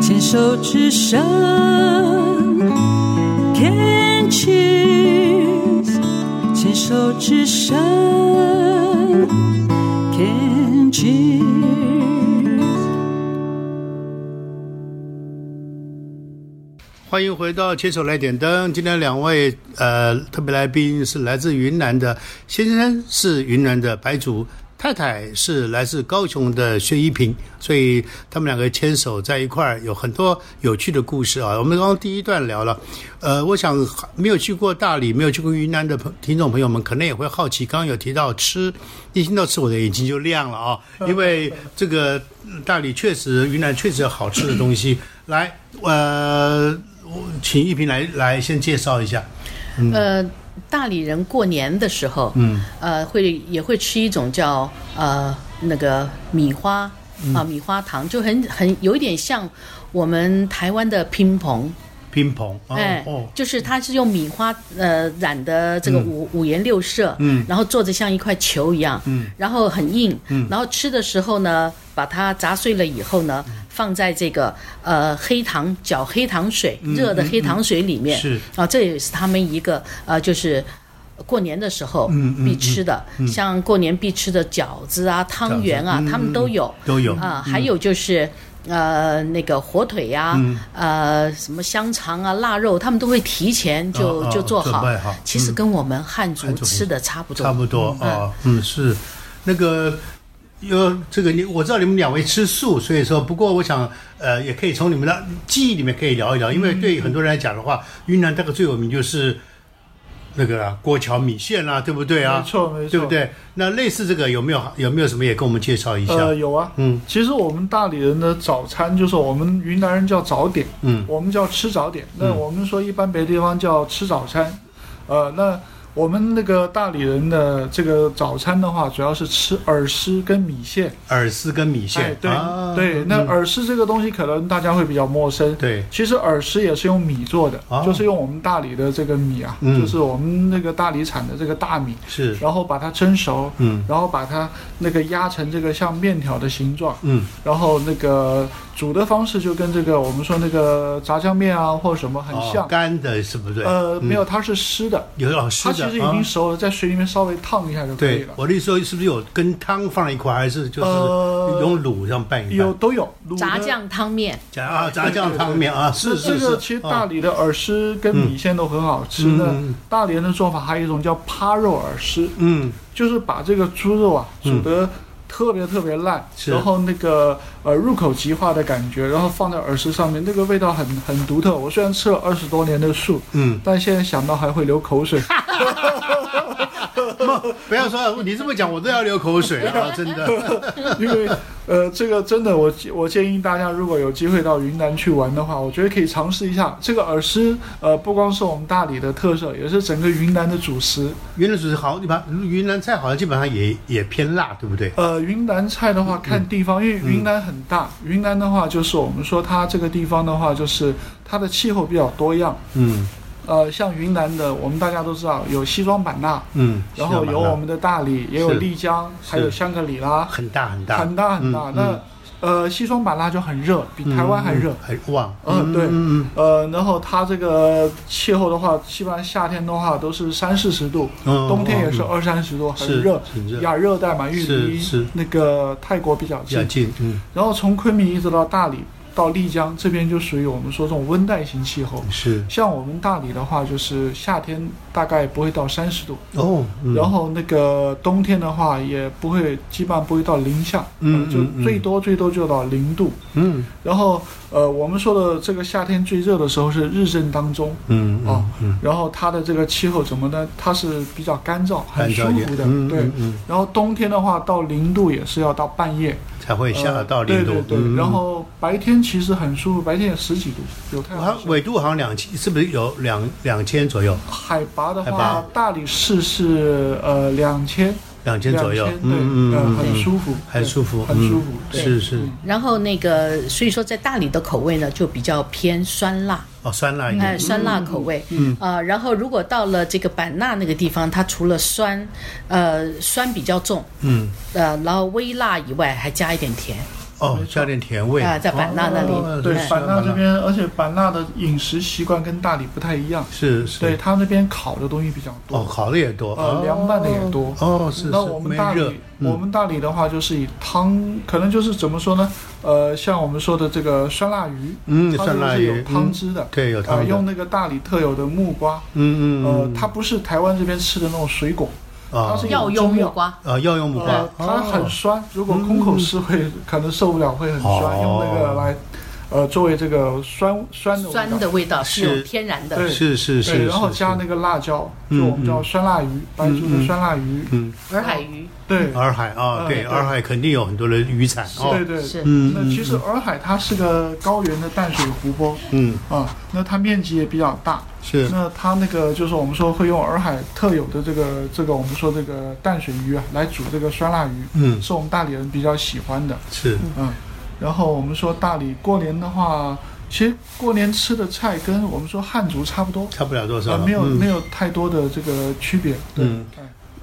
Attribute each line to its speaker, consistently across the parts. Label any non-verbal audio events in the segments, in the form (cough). Speaker 1: 牵手之声，Can cheers，牵手之声，Can cheers。
Speaker 2: 欢迎回到《牵手来点灯》。今天两位呃特别来宾是来自云南的，先生是云南的白族，太太是来自高雄的薛一平，所以他们两个牵手在一块儿，有很多有趣的故事啊。我们刚刚第一段聊了，呃，我想没有去过大理、没有去过云南的朋听众朋友们，可能也会好奇，刚刚有提到吃，一听到吃我的眼睛就亮了啊，因为这个大理确实、云南确实有好吃的东西。来，呃，我请一平来来先介绍一下。
Speaker 3: 呃，大理人过年的时候，嗯，呃，会也会吃一种叫呃那个米花啊，米花糖，就很很有一点像我们台湾的拼棚，
Speaker 2: 冰棚，哦
Speaker 3: 哎
Speaker 2: 哦，，
Speaker 3: 就是它是用米花呃染的这个五、五颜六色，嗯，然后做的像一块球一样，嗯，然后很硬，嗯，然后吃的时候呢，把它砸碎了以后
Speaker 2: 嗯
Speaker 3: 呢，放在这个呃黑糖搅黑糖水、热的黑糖水里面，
Speaker 2: 嗯是
Speaker 3: 啊，这也是他们一个呃就是。过年的时候
Speaker 2: 嗯
Speaker 3: 必吃的，像过年必吃的饺子啊、汤圆
Speaker 2: 嗯
Speaker 3: 啊，他们都有。
Speaker 2: 都有嗯
Speaker 3: 啊，还有就是。呃，那个火腿呀、
Speaker 2: 嗯
Speaker 3: 呃，什么香肠啊、腊肉，他们都会提前就、
Speaker 2: 哦哦
Speaker 3: 就做好
Speaker 2: 准备好嗯
Speaker 3: 其实跟我们汉
Speaker 2: 汉
Speaker 3: 族
Speaker 2: 族
Speaker 3: 吃的差不多。
Speaker 2: 差不多啊、哦嗯，是那个。有这个你我知道你们两位吃素，所以说不过我想呃也可以从你们的记忆里面可以聊一聊，因为对于很多人来讲的话，云南大概最有名就是那个啊锅桥米线啦、对不对啊？
Speaker 4: 没错没错
Speaker 2: 对不对？那类似这个有没有有没有什么也跟我们介绍一下？
Speaker 4: 呃，有啊，
Speaker 2: 嗯
Speaker 4: 其实我们大理人的早餐就是我们云南人叫早点，
Speaker 2: 嗯
Speaker 4: 我们叫吃早点。那我们说一般别的地方叫吃早餐，呃，那我们那个大理人的这个早餐的话，主要是吃饵丝跟米线。
Speaker 2: 饵丝跟米线，
Speaker 4: 哎，对、
Speaker 2: 啊
Speaker 4: 对，那饵丝这个东西可能大家会比较陌生。
Speaker 2: 对
Speaker 4: 其实饵丝也是用米做的，
Speaker 2: 哦
Speaker 4: 就是用我们大理的这个米啊，
Speaker 2: 嗯
Speaker 4: 就是我们那个大理产的这个大米，
Speaker 2: 是
Speaker 4: 然后把它蒸熟，
Speaker 2: 嗯
Speaker 4: 然后把它那个压成这个像面条的形状，
Speaker 2: 嗯
Speaker 4: 然后那个煮的方式就跟这个我们说那个炸酱面啊或者什么很
Speaker 2: 哦
Speaker 4: 像。
Speaker 2: 干的是不对？
Speaker 4: 呃，
Speaker 2: 嗯
Speaker 4: 没有，它是湿的，
Speaker 2: 有哦是
Speaker 4: 它
Speaker 2: 的，
Speaker 4: 其实已
Speaker 2: 啊
Speaker 4: 经熟了，在水里面稍微烫一下就可
Speaker 2: 对
Speaker 4: 以了，。
Speaker 2: 我的意思说是不是有跟汤放在一块，还是就是
Speaker 4: 呃
Speaker 2: 用卤这样拌一拌？
Speaker 4: 有都有卤的
Speaker 3: 炸酱汤面，
Speaker 2: 加啊炸酱汤面啊，是
Speaker 4: 这
Speaker 2: 是
Speaker 4: 个
Speaker 2: 是。
Speaker 4: 其实大
Speaker 2: 啊
Speaker 4: 理的饵丝跟米线都很好吃
Speaker 2: 嗯
Speaker 4: 的。
Speaker 2: 嗯嗯
Speaker 4: 大连的做法还有一种叫趴肉饵丝，
Speaker 2: 嗯
Speaker 4: 就是把这个猪肉啊
Speaker 2: 嗯
Speaker 4: 煮得特别特别烂，
Speaker 2: 是
Speaker 4: 然后那个呃入口即化的感觉，然后放在饵丝上面，那个味道很很独特。我虽然吃了二十多年的素，
Speaker 2: 嗯，
Speaker 4: 但现在想到还会流口
Speaker 2: (laughs)
Speaker 4: 水。
Speaker 2: 不要说你这么讲，我都要流口水了啊，真
Speaker 4: (laughs)
Speaker 2: 的。
Speaker 4: 因为呃，这个真的，我我建议大家如果有机会到云南去玩的话，我觉得可以尝试一下这个饵丝。呃，不光是我们大理的特色，也是整个云南的主食。
Speaker 2: 云南主食好，你把云南菜好像基本上也也偏辣，对不对？
Speaker 4: 呃，云南菜的话看地方，因
Speaker 2: 嗯
Speaker 4: 为云南很大，云南的话就是我们说它这个地方的话，就是它的气候比较多样。
Speaker 2: 嗯
Speaker 4: 呃，像云南的，我们大家都知道有西双版纳，
Speaker 2: 嗯，
Speaker 4: 然后
Speaker 2: 是的
Speaker 4: 有
Speaker 2: 蛮辣
Speaker 4: 我们的大理，也有
Speaker 2: 是
Speaker 4: 丽江，还有香格里拉，
Speaker 2: 很大很大
Speaker 4: 很大很大。
Speaker 2: 嗯
Speaker 4: 那呃，西双版纳就很热，比台湾还热。
Speaker 2: 还旺。
Speaker 4: 嗯对
Speaker 2: 嗯嗯
Speaker 4: 呃，然后它这个气候的话，基本上夏天的话都是三四十度，
Speaker 2: 嗯
Speaker 4: 冬天也是
Speaker 2: 嗯
Speaker 4: 二三十度，
Speaker 2: 是
Speaker 4: 很热
Speaker 2: 很热，
Speaker 4: 亚热带嘛，因为
Speaker 2: 是
Speaker 4: 离
Speaker 2: 是
Speaker 4: 那个泰国比较
Speaker 2: 比较近，
Speaker 4: 近。
Speaker 2: 嗯
Speaker 4: 然后从昆明一直到大理，到丽江这边就属于我们说这种温带型气候。
Speaker 2: 是
Speaker 4: 像我们大理的话，就是夏天大概不会到三十度，
Speaker 2: 哦，嗯
Speaker 4: 然后那个冬天的话也不会，基本上不会到零下，
Speaker 2: 嗯
Speaker 4: 呃
Speaker 2: 嗯嗯
Speaker 4: 就最多最多就到零度。
Speaker 2: 嗯
Speaker 4: 然后呃，我们说的这个夏天最热的时候是日正当中，
Speaker 2: 嗯
Speaker 4: 哦
Speaker 2: 嗯嗯，
Speaker 4: 然后它的这个气候怎么呢？它是比较干燥，很
Speaker 2: 干
Speaker 4: 舒
Speaker 2: 燥一点
Speaker 4: 服的，
Speaker 2: 嗯
Speaker 4: 对
Speaker 2: 嗯。嗯
Speaker 4: 然后冬天的话，到零度也是要到半夜，
Speaker 2: 才会下
Speaker 4: 呃
Speaker 2: 到零度
Speaker 4: 对，对对、
Speaker 2: 嗯
Speaker 4: 然后白天其实很舒服，白天也十几度，有太阳
Speaker 2: 它
Speaker 4: 的时候。
Speaker 2: 纬度好像两千，是不是有两两千左右？
Speaker 4: 海拔的
Speaker 2: 海
Speaker 4: 话
Speaker 2: 拔，
Speaker 4: 大理市是呃两千，
Speaker 2: 两千
Speaker 4: 两千
Speaker 2: 左右，
Speaker 4: 对，
Speaker 2: 嗯嗯
Speaker 4: 呃
Speaker 2: 嗯，
Speaker 4: 很
Speaker 2: 嗯
Speaker 4: 舒服，
Speaker 2: 很舒服，
Speaker 4: 对很舒服
Speaker 2: 嗯，
Speaker 4: 对
Speaker 2: 是是，
Speaker 3: 然后那个所以说在大理的口味呢就比较偏酸辣，
Speaker 2: 哦，酸辣一
Speaker 3: 哎，
Speaker 2: 点，
Speaker 3: 酸辣口味，嗯，呃，然后如果到了这个版纳那个地方，它除了酸，呃，酸比较重，
Speaker 2: 嗯，
Speaker 3: 呃，然后微辣以外还加一点甜，
Speaker 2: 哦
Speaker 4: 没，错
Speaker 2: 加点甜味
Speaker 3: 啊在版纳那里
Speaker 2: 哦
Speaker 4: 对，
Speaker 2: 是
Speaker 4: 版纳这
Speaker 2: 版
Speaker 4: 边，而且版纳的饮食习惯跟大理不太一样，
Speaker 2: 是是，
Speaker 4: 对，他那边烤的东西比较
Speaker 2: 哦，
Speaker 4: 多，
Speaker 2: 烤的也多，
Speaker 4: 呃，凉拌的也多。
Speaker 2: 哦，是是，
Speaker 4: 那我
Speaker 2: 没
Speaker 4: 们大
Speaker 2: 热嗯
Speaker 4: 理，，我们大理的话就是以汤，可能就是怎么说呢？呃，像我们说的这个酸辣鱼，
Speaker 2: 嗯，
Speaker 4: 它
Speaker 2: 酸
Speaker 4: 就
Speaker 2: 辣
Speaker 4: 是有
Speaker 2: 鱼，
Speaker 4: 汤
Speaker 2: 嗯，
Speaker 4: 汁的，
Speaker 2: 对，有
Speaker 4: 啊，
Speaker 2: 汤
Speaker 4: 用
Speaker 2: 的，
Speaker 4: 那个大理特有的木瓜，
Speaker 2: 嗯嗯
Speaker 4: 呃
Speaker 2: 嗯，，
Speaker 4: 它不是台湾这边吃的那种水果，
Speaker 2: 啊
Speaker 4: 它是
Speaker 3: 要用木瓜，
Speaker 2: 啊，要用木瓜哦嗯
Speaker 4: 呃，，它很酸，如果空口吃会可能受不了，会很酸，
Speaker 2: 哦
Speaker 4: 用那个来，呃，作为这个酸酸的味
Speaker 3: 酸
Speaker 4: 道
Speaker 3: 的味道是
Speaker 2: 是
Speaker 3: 有天然的。
Speaker 4: 对
Speaker 2: 是是
Speaker 4: 对，
Speaker 2: 是，
Speaker 4: 然后
Speaker 2: 是
Speaker 4: 加
Speaker 2: 是
Speaker 4: 那个辣椒，
Speaker 2: 嗯
Speaker 4: 就我们叫酸辣鱼，白族的酸辣鱼，
Speaker 2: 嗯，
Speaker 3: 洱
Speaker 2: (laughs)
Speaker 3: 海鱼
Speaker 4: 对，
Speaker 2: 洱海啊，
Speaker 4: 嗯
Speaker 2: 对，
Speaker 4: 对
Speaker 2: 洱海肯定有很多的渔产哦，
Speaker 4: 对对。
Speaker 3: 是
Speaker 2: 嗯，
Speaker 4: 那
Speaker 2: 嗯
Speaker 4: 其实洱海它是个高原的淡水湖泊
Speaker 2: 嗯嗯
Speaker 4: 啊，那它面积也比较大，
Speaker 2: 是
Speaker 4: 那它那个就是我们说会用洱海特有的这个这个我们说这个淡水鱼啊来煮这个酸辣鱼，
Speaker 2: 嗯
Speaker 4: 是我们大理人比较喜欢的。
Speaker 2: 是
Speaker 4: 嗯，然后我们说大理过年的话，其实过年吃的菜跟我们说汉族差不多，
Speaker 2: 差不了多少
Speaker 4: 呃，
Speaker 2: 了，
Speaker 4: 没有、
Speaker 2: 嗯
Speaker 4: 没有太多的这个区别。对，哎
Speaker 2: 嗯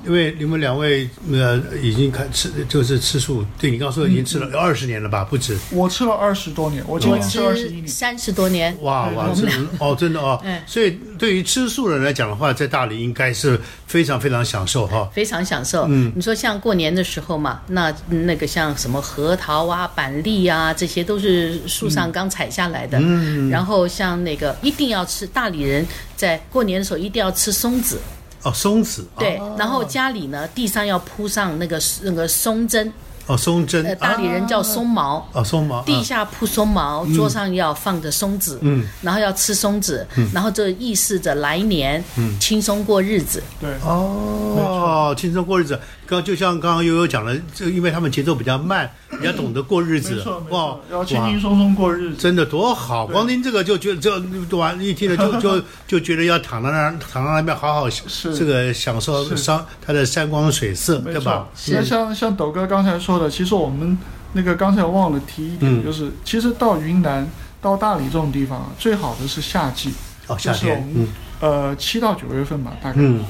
Speaker 2: 因为你们两位呃已经开吃就是吃素，对你刚说已经
Speaker 4: 嗯
Speaker 2: 吃了二十年了吧，不止。
Speaker 4: 我吃了二十多年，我今
Speaker 3: 我
Speaker 4: 年是二十一
Speaker 3: 吃
Speaker 4: 年。
Speaker 3: 三十多年，
Speaker 2: 哇
Speaker 4: 对
Speaker 2: 哇，
Speaker 4: 我
Speaker 2: 这
Speaker 4: 们 (laughs) 哎
Speaker 2: 哦，真的哦
Speaker 3: 嗯，
Speaker 2: 所以对于吃素人来讲的话，在大理应该是非常非常享受哈。
Speaker 3: 非常享受。
Speaker 2: 嗯
Speaker 3: 你说像过年的时候嘛，那那个像什么核桃啊、板栗啊，这些都是树上刚采下来的。
Speaker 2: 嗯，
Speaker 3: 然后像那个一定要吃，大理人在过年的时候一定要吃松子，
Speaker 2: 哦，松子，
Speaker 3: 对，
Speaker 2: 哦
Speaker 3: 然后家里呢地上要铺上那个那个松针，
Speaker 2: 哦，松针
Speaker 3: 呃，，大理人叫松毛。
Speaker 2: 哦，松毛，
Speaker 3: 地
Speaker 2: 啊
Speaker 3: 下铺松毛，桌上要放着松子，
Speaker 2: 嗯
Speaker 3: 然后要吃松子，然后这意示着来年、
Speaker 2: 嗯
Speaker 3: 轻松过日子。
Speaker 4: 对，
Speaker 2: 哦，轻松过日子。刚就像刚刚悠悠讲的，这因为他们节奏比较慢，比较懂得过日
Speaker 4: 没
Speaker 2: 子
Speaker 4: 错没，
Speaker 2: 哇
Speaker 4: 错，要轻
Speaker 2: 哇
Speaker 4: 轻松松过日子。
Speaker 2: 真的多好！
Speaker 4: 对
Speaker 2: 光听这个就觉得这完一听了就
Speaker 4: (laughs)
Speaker 2: 就就觉得要躺在那儿躺在那边好好
Speaker 4: 是
Speaker 2: 这个享受
Speaker 4: 是
Speaker 2: 山它的山光水色，
Speaker 4: 没
Speaker 2: 对
Speaker 4: 错
Speaker 2: 吧？，嗯
Speaker 4: 那像像斗哥刚才说的，其实我们那个刚才忘了提一点，
Speaker 2: 嗯
Speaker 4: 就是其实到云南、到大理这种地方啊，最好的是夏季，
Speaker 2: 哦，夏
Speaker 4: 就是我
Speaker 2: 天，
Speaker 4: 们
Speaker 2: 嗯
Speaker 4: 呃七到九月份吧，大概
Speaker 2: 嗯，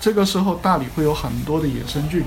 Speaker 4: 这个时候大理会有很多的野生菌，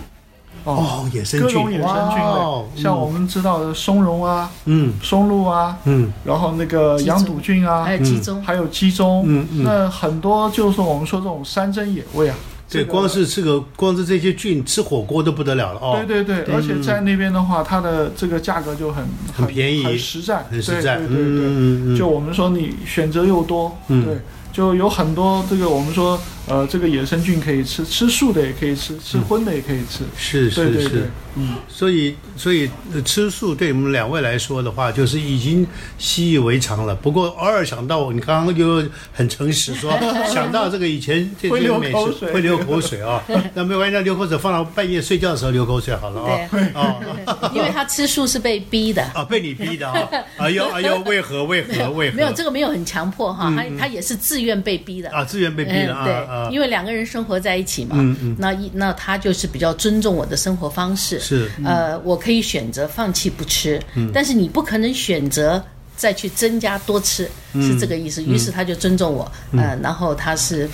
Speaker 4: 哦，
Speaker 2: 哦，野生
Speaker 4: 各
Speaker 2: 菌，
Speaker 4: 种野生菌
Speaker 2: 哇
Speaker 4: 类
Speaker 2: 哦，
Speaker 4: 像我，们知道的松茸啊、
Speaker 2: 嗯
Speaker 4: 松露啊，
Speaker 2: 嗯
Speaker 4: 然后那个羊肚菌啊
Speaker 3: 还，有鸡枞，
Speaker 4: 还有鸡枞，
Speaker 2: 嗯嗯嗯，
Speaker 4: 那很多就是我们说这种山珍野味啊。
Speaker 2: 对，
Speaker 4: 这个
Speaker 2: 光是吃个光是这些菌，吃火锅都不得了了哦，
Speaker 4: 对对对，而且在那边的话，它的这个价格就很
Speaker 2: 很便宜
Speaker 4: 很实在，
Speaker 2: 很实在，
Speaker 4: 对对对对
Speaker 2: 嗯嗯嗯，
Speaker 4: 就我们说你选择又多，
Speaker 2: 嗯
Speaker 4: 对，就有很多这个我们说呃这个野生菌可以吃，吃素的也可以吃，吃荤的也可以吃，
Speaker 2: 是
Speaker 4: 对
Speaker 2: 是
Speaker 4: 对对
Speaker 2: 是，，
Speaker 4: 嗯，
Speaker 2: 所以，所以呃吃素对你们两位来说的话，就是已经习以为常了。不过偶尔想到，你刚刚又很诚实
Speaker 3: (laughs)
Speaker 2: 说，想到这个以前这
Speaker 4: 会
Speaker 2: 这个
Speaker 4: 流
Speaker 2: 美
Speaker 4: 口
Speaker 2: 食
Speaker 4: 水
Speaker 2: 会流口水
Speaker 3: (laughs)
Speaker 2: 啊、那没关系，那流口水放到半夜睡觉的时候流口水好了啊、
Speaker 3: 对，
Speaker 2: 啊、
Speaker 3: (laughs) 因为他吃素是被
Speaker 2: (laughs)
Speaker 3: 逼的。
Speaker 2: 啊，被你逼的啊！哎呦哎呦，为何为何为何？
Speaker 3: (laughs) 没有这个没有很强迫哈，他他也是自愿被逼的。
Speaker 2: 嗯啊，自愿被逼
Speaker 3: 嗯，
Speaker 2: 了啊啊
Speaker 3: 对，！因为两个人生活在一起嘛，
Speaker 2: 嗯嗯
Speaker 3: 那一那他就是比较尊重我的生活方式，
Speaker 2: 是嗯
Speaker 3: 呃，我可以选择放弃不吃，但是你不可能选择再去增加多吃，
Speaker 2: 嗯
Speaker 3: 是这个意思。于是他就尊重我，呃，然后他是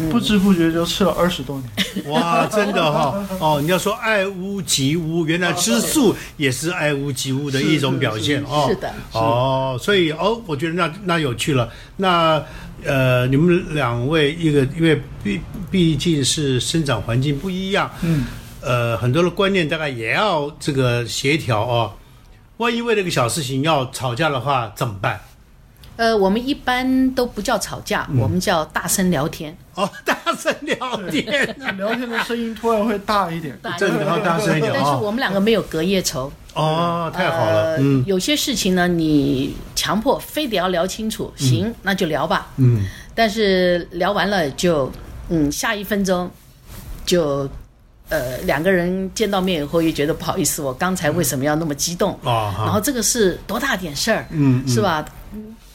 Speaker 2: 嗯
Speaker 4: 不知不觉就吃了二十多
Speaker 2: (laughs)
Speaker 4: 年，
Speaker 2: 哇，真的哈、哦！你要说爱屋及乌，原来吃素也是爱屋及乌的一种表现哦。
Speaker 3: 是的，
Speaker 2: 哦，所以哦，我觉得那那有趣了。那呃，你们两位一个因为毕毕竟是生长环境不一样，
Speaker 4: 嗯，
Speaker 2: 呃，很多的观念大概也要这个协调哦。万一为了一个小事情要吵架的话怎么办？
Speaker 3: 呃，我们一般都不叫吵架，
Speaker 2: 嗯
Speaker 3: 我们叫大声聊天。
Speaker 2: 哦， (laughs) 大声聊天，
Speaker 4: 那聊天的声音突然会大一点，
Speaker 3: 大一点
Speaker 2: (laughs) 真的要大声一点
Speaker 3: 但是
Speaker 2: 哦。
Speaker 3: 我们两个没有隔夜仇，
Speaker 2: (laughs) 哦，太好了，
Speaker 3: 呃
Speaker 2: 嗯
Speaker 3: 有些事情呢，你强迫非得要聊清楚，行，那就聊吧。
Speaker 2: 嗯，
Speaker 3: 但是聊完了就，嗯，下一分钟就，呃，两个人见到面以后又觉得不好意思，我刚才为什么要那么激动？
Speaker 2: 哦，好
Speaker 3: 然后这个是多大点事儿，
Speaker 2: 嗯嗯
Speaker 3: 是吧？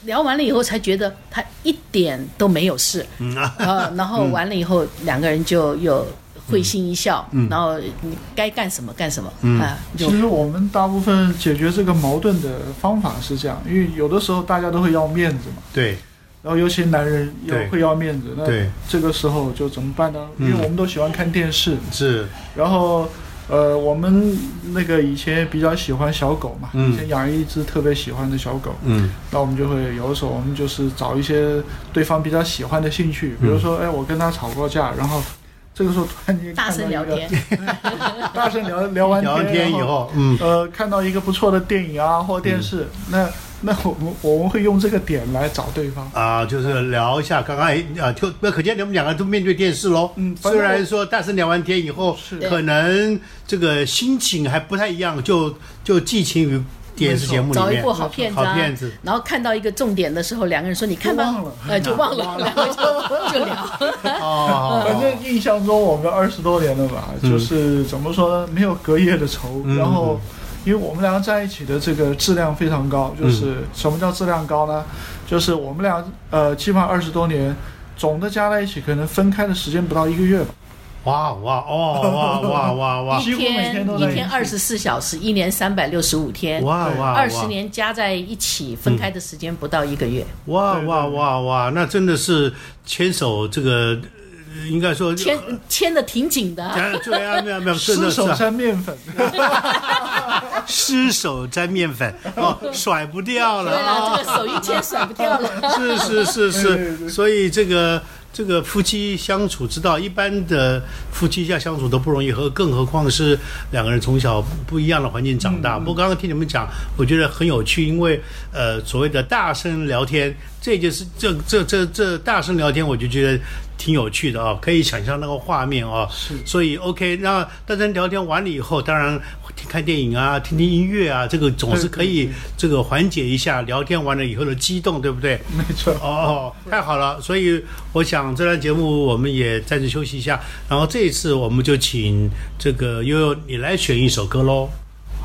Speaker 3: 聊完了以后才觉得他一点都没有事，
Speaker 2: 嗯啊。
Speaker 3: 呃，然后完了以后两个人就又会心一笑，
Speaker 2: 嗯
Speaker 3: 然后你该干什么干什么，
Speaker 2: 嗯
Speaker 3: 啊，就
Speaker 4: 其实我们大部分解决这个矛盾的方法是这样，因为有的时候大家都会要面子嘛，
Speaker 2: 对
Speaker 4: 然后尤其男人要
Speaker 2: 对
Speaker 4: 会要面子，那
Speaker 2: 对，
Speaker 4: 这个时候就怎么办呢？
Speaker 2: 嗯
Speaker 4: 因为我们都喜欢看电视，
Speaker 2: 是
Speaker 4: 然后呃，我们那个以前比较喜欢小狗嘛，
Speaker 2: 嗯
Speaker 4: 以前养一只特别喜欢的小狗，
Speaker 2: 嗯
Speaker 4: 那我们就会有的时候我们就是找一些对方比较喜欢的兴
Speaker 2: 嗯
Speaker 4: 趣，比如说，哎，我跟他吵过架，然后这个时候突然间
Speaker 3: 大
Speaker 4: 看
Speaker 3: 声
Speaker 4: 到一
Speaker 3: 聊
Speaker 4: 个
Speaker 3: 天，
Speaker 4: 大声聊聊完
Speaker 2: 聊完天以
Speaker 4: 然后，
Speaker 2: 后，嗯
Speaker 4: 呃，看到一个不错的电影啊或电视，那那我们我们会用这个点来找对方。
Speaker 2: 啊，就是聊一下刚刚啊，就那可见你们两个都面对电视喽。
Speaker 4: 嗯反
Speaker 2: 虽
Speaker 4: 正我
Speaker 2: 然说大声聊完天以后
Speaker 4: 是，
Speaker 2: 可能这个心情还不太一样，就就寄情于电视节目里
Speaker 3: 找一
Speaker 2: 面
Speaker 3: 部。好片子
Speaker 2: 好
Speaker 3: 啊，
Speaker 2: 片子
Speaker 3: 然后看到一个重点的时候，两个人说你看吧
Speaker 4: 就忘了，
Speaker 3: 呃，就忘
Speaker 4: (laughs)
Speaker 3: 了，然后就就聊。
Speaker 2: 哦，
Speaker 4: 反正印象中我们二十多年了吧，
Speaker 2: 嗯
Speaker 4: 就是怎么说呢，没有隔夜的仇。
Speaker 2: 嗯
Speaker 4: 然后，因为我们俩在一起的这个质量非常高，
Speaker 2: 嗯
Speaker 4: 就是什么叫质量高呢？就是我们俩呃，基本上二十多年，总的加在一起可能分开的时间不到一个月吧。
Speaker 2: 哇哇哦哇哇哇
Speaker 3: (laughs)
Speaker 2: 哇
Speaker 4: (laughs) 几乎每天都
Speaker 3: 一
Speaker 4: 在
Speaker 3: 天二
Speaker 4: 一起
Speaker 3: 十四小时，一年三百六十五天，
Speaker 2: 哇哇！
Speaker 3: 二十年加在一起，分开的时间不到一个月，
Speaker 2: 哇
Speaker 4: 对对
Speaker 2: 哇哇哇！那真的是牵手这个，呃应该
Speaker 4: 嗯
Speaker 2: 说
Speaker 3: 牵牵的挺紧的
Speaker 4: (laughs)
Speaker 3: 啊。
Speaker 2: 啊对啊，没有没有，真的是
Speaker 4: 失手
Speaker 2: 啊
Speaker 4: 沾面粉，
Speaker 2: 失手沾面粉
Speaker 3: (laughs)
Speaker 2: 哦，甩不掉
Speaker 3: 对
Speaker 2: 了啊！
Speaker 3: 了，这个手一牵甩不掉
Speaker 4: (laughs)
Speaker 3: 了。
Speaker 2: 是是是
Speaker 4: 对对
Speaker 2: 是，
Speaker 4: 对
Speaker 2: 所以这个这个夫妻相处之道，一般的夫妻要相处都不容易，和更何况是两个人从小不一样的环境长
Speaker 4: 嗯
Speaker 2: 大。不过刚刚听你们讲，我觉得很有趣，因为呃所谓的大声聊天这件事，这这这这大声聊天，我就觉得挺有趣的啊、可以想象那个画面啊、
Speaker 4: 是
Speaker 2: 所以 OK，那大家聊天完了以后，当然看电影啊，听听音乐啊，这个总是可以
Speaker 4: 对对对
Speaker 2: 这个缓解一下聊天完了以后的激动，对不对？
Speaker 4: 没错。
Speaker 2: 哦，太好了！所以我想这段节目我们也暂时休息一下，然后这一次我们就请这个悠悠你来选一首歌喽。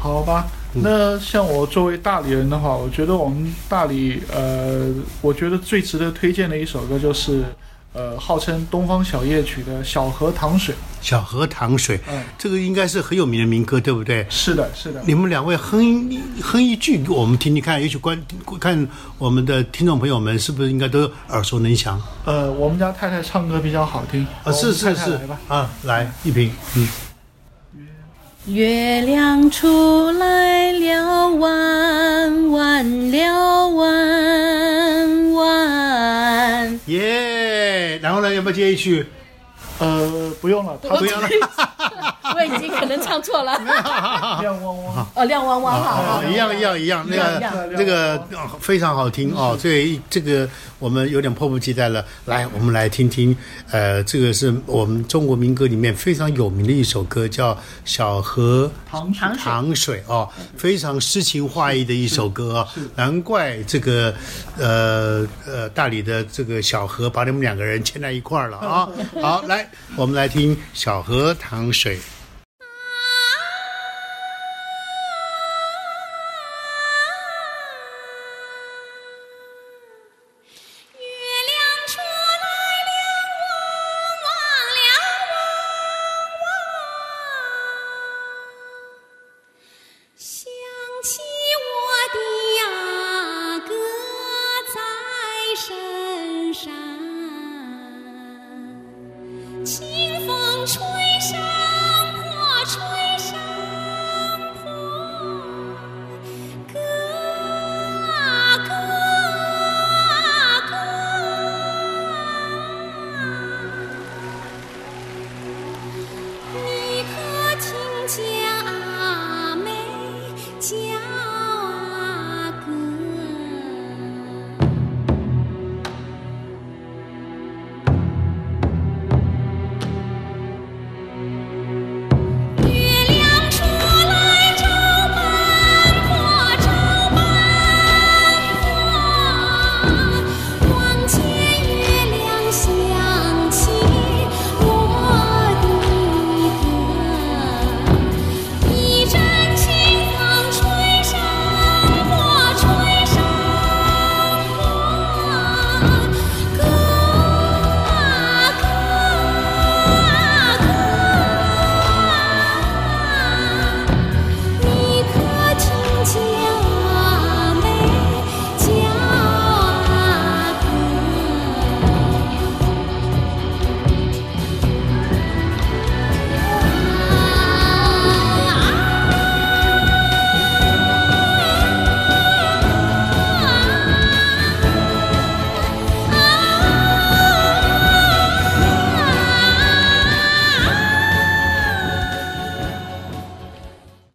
Speaker 4: 好吧，
Speaker 2: 嗯
Speaker 4: 那像我作为大理人的话，我觉得我们大理，呃，我觉得最值得推荐的一首歌就是，呃，号称东方小夜曲的《小河淌水》。
Speaker 2: 小河淌水，
Speaker 4: 嗯，
Speaker 2: 这个应该是很有名的民歌，对不对？
Speaker 4: 是的，是的。
Speaker 2: 你们两位哼一哼一句，我们听听看，也许观看我们的听众朋友们是不是应该都耳熟能详
Speaker 4: 呃，我们家太太唱歌比较好听。
Speaker 2: 啊？是
Speaker 4: 我
Speaker 2: 是
Speaker 4: 们太太
Speaker 2: 是
Speaker 4: 来吧。
Speaker 2: 啊，来一瓶，嗯，
Speaker 3: 月亮出来了弯弯了弯
Speaker 4: (laughs)
Speaker 3: 弯，
Speaker 2: 耶！然后呢，要不要接一句？
Speaker 4: 呃，不用了，她
Speaker 2: 不要了，
Speaker 3: 我已经可能唱错了。
Speaker 4: 亮汪汪。
Speaker 3: 哦，亮汪汪哈，
Speaker 2: 哦，一样一样一样，那
Speaker 3: 一样嗯
Speaker 2: 个这个哦非常好听哦，所以这个我们有点迫不及待了。来，我们来听听，呃，这个是我们中国民歌里面非常有名的一首歌，叫《小河
Speaker 4: 糖水
Speaker 3: 糖水
Speaker 2: 糖水》哦，非常诗情画意的一首歌哦，
Speaker 3: 嗯
Speaker 2: 难怪这个呃呃大理的这个小河哦
Speaker 3: (laughs)
Speaker 2: 把你们两个人牵在一块儿了啊。好，来，我们来听《小河糖水》。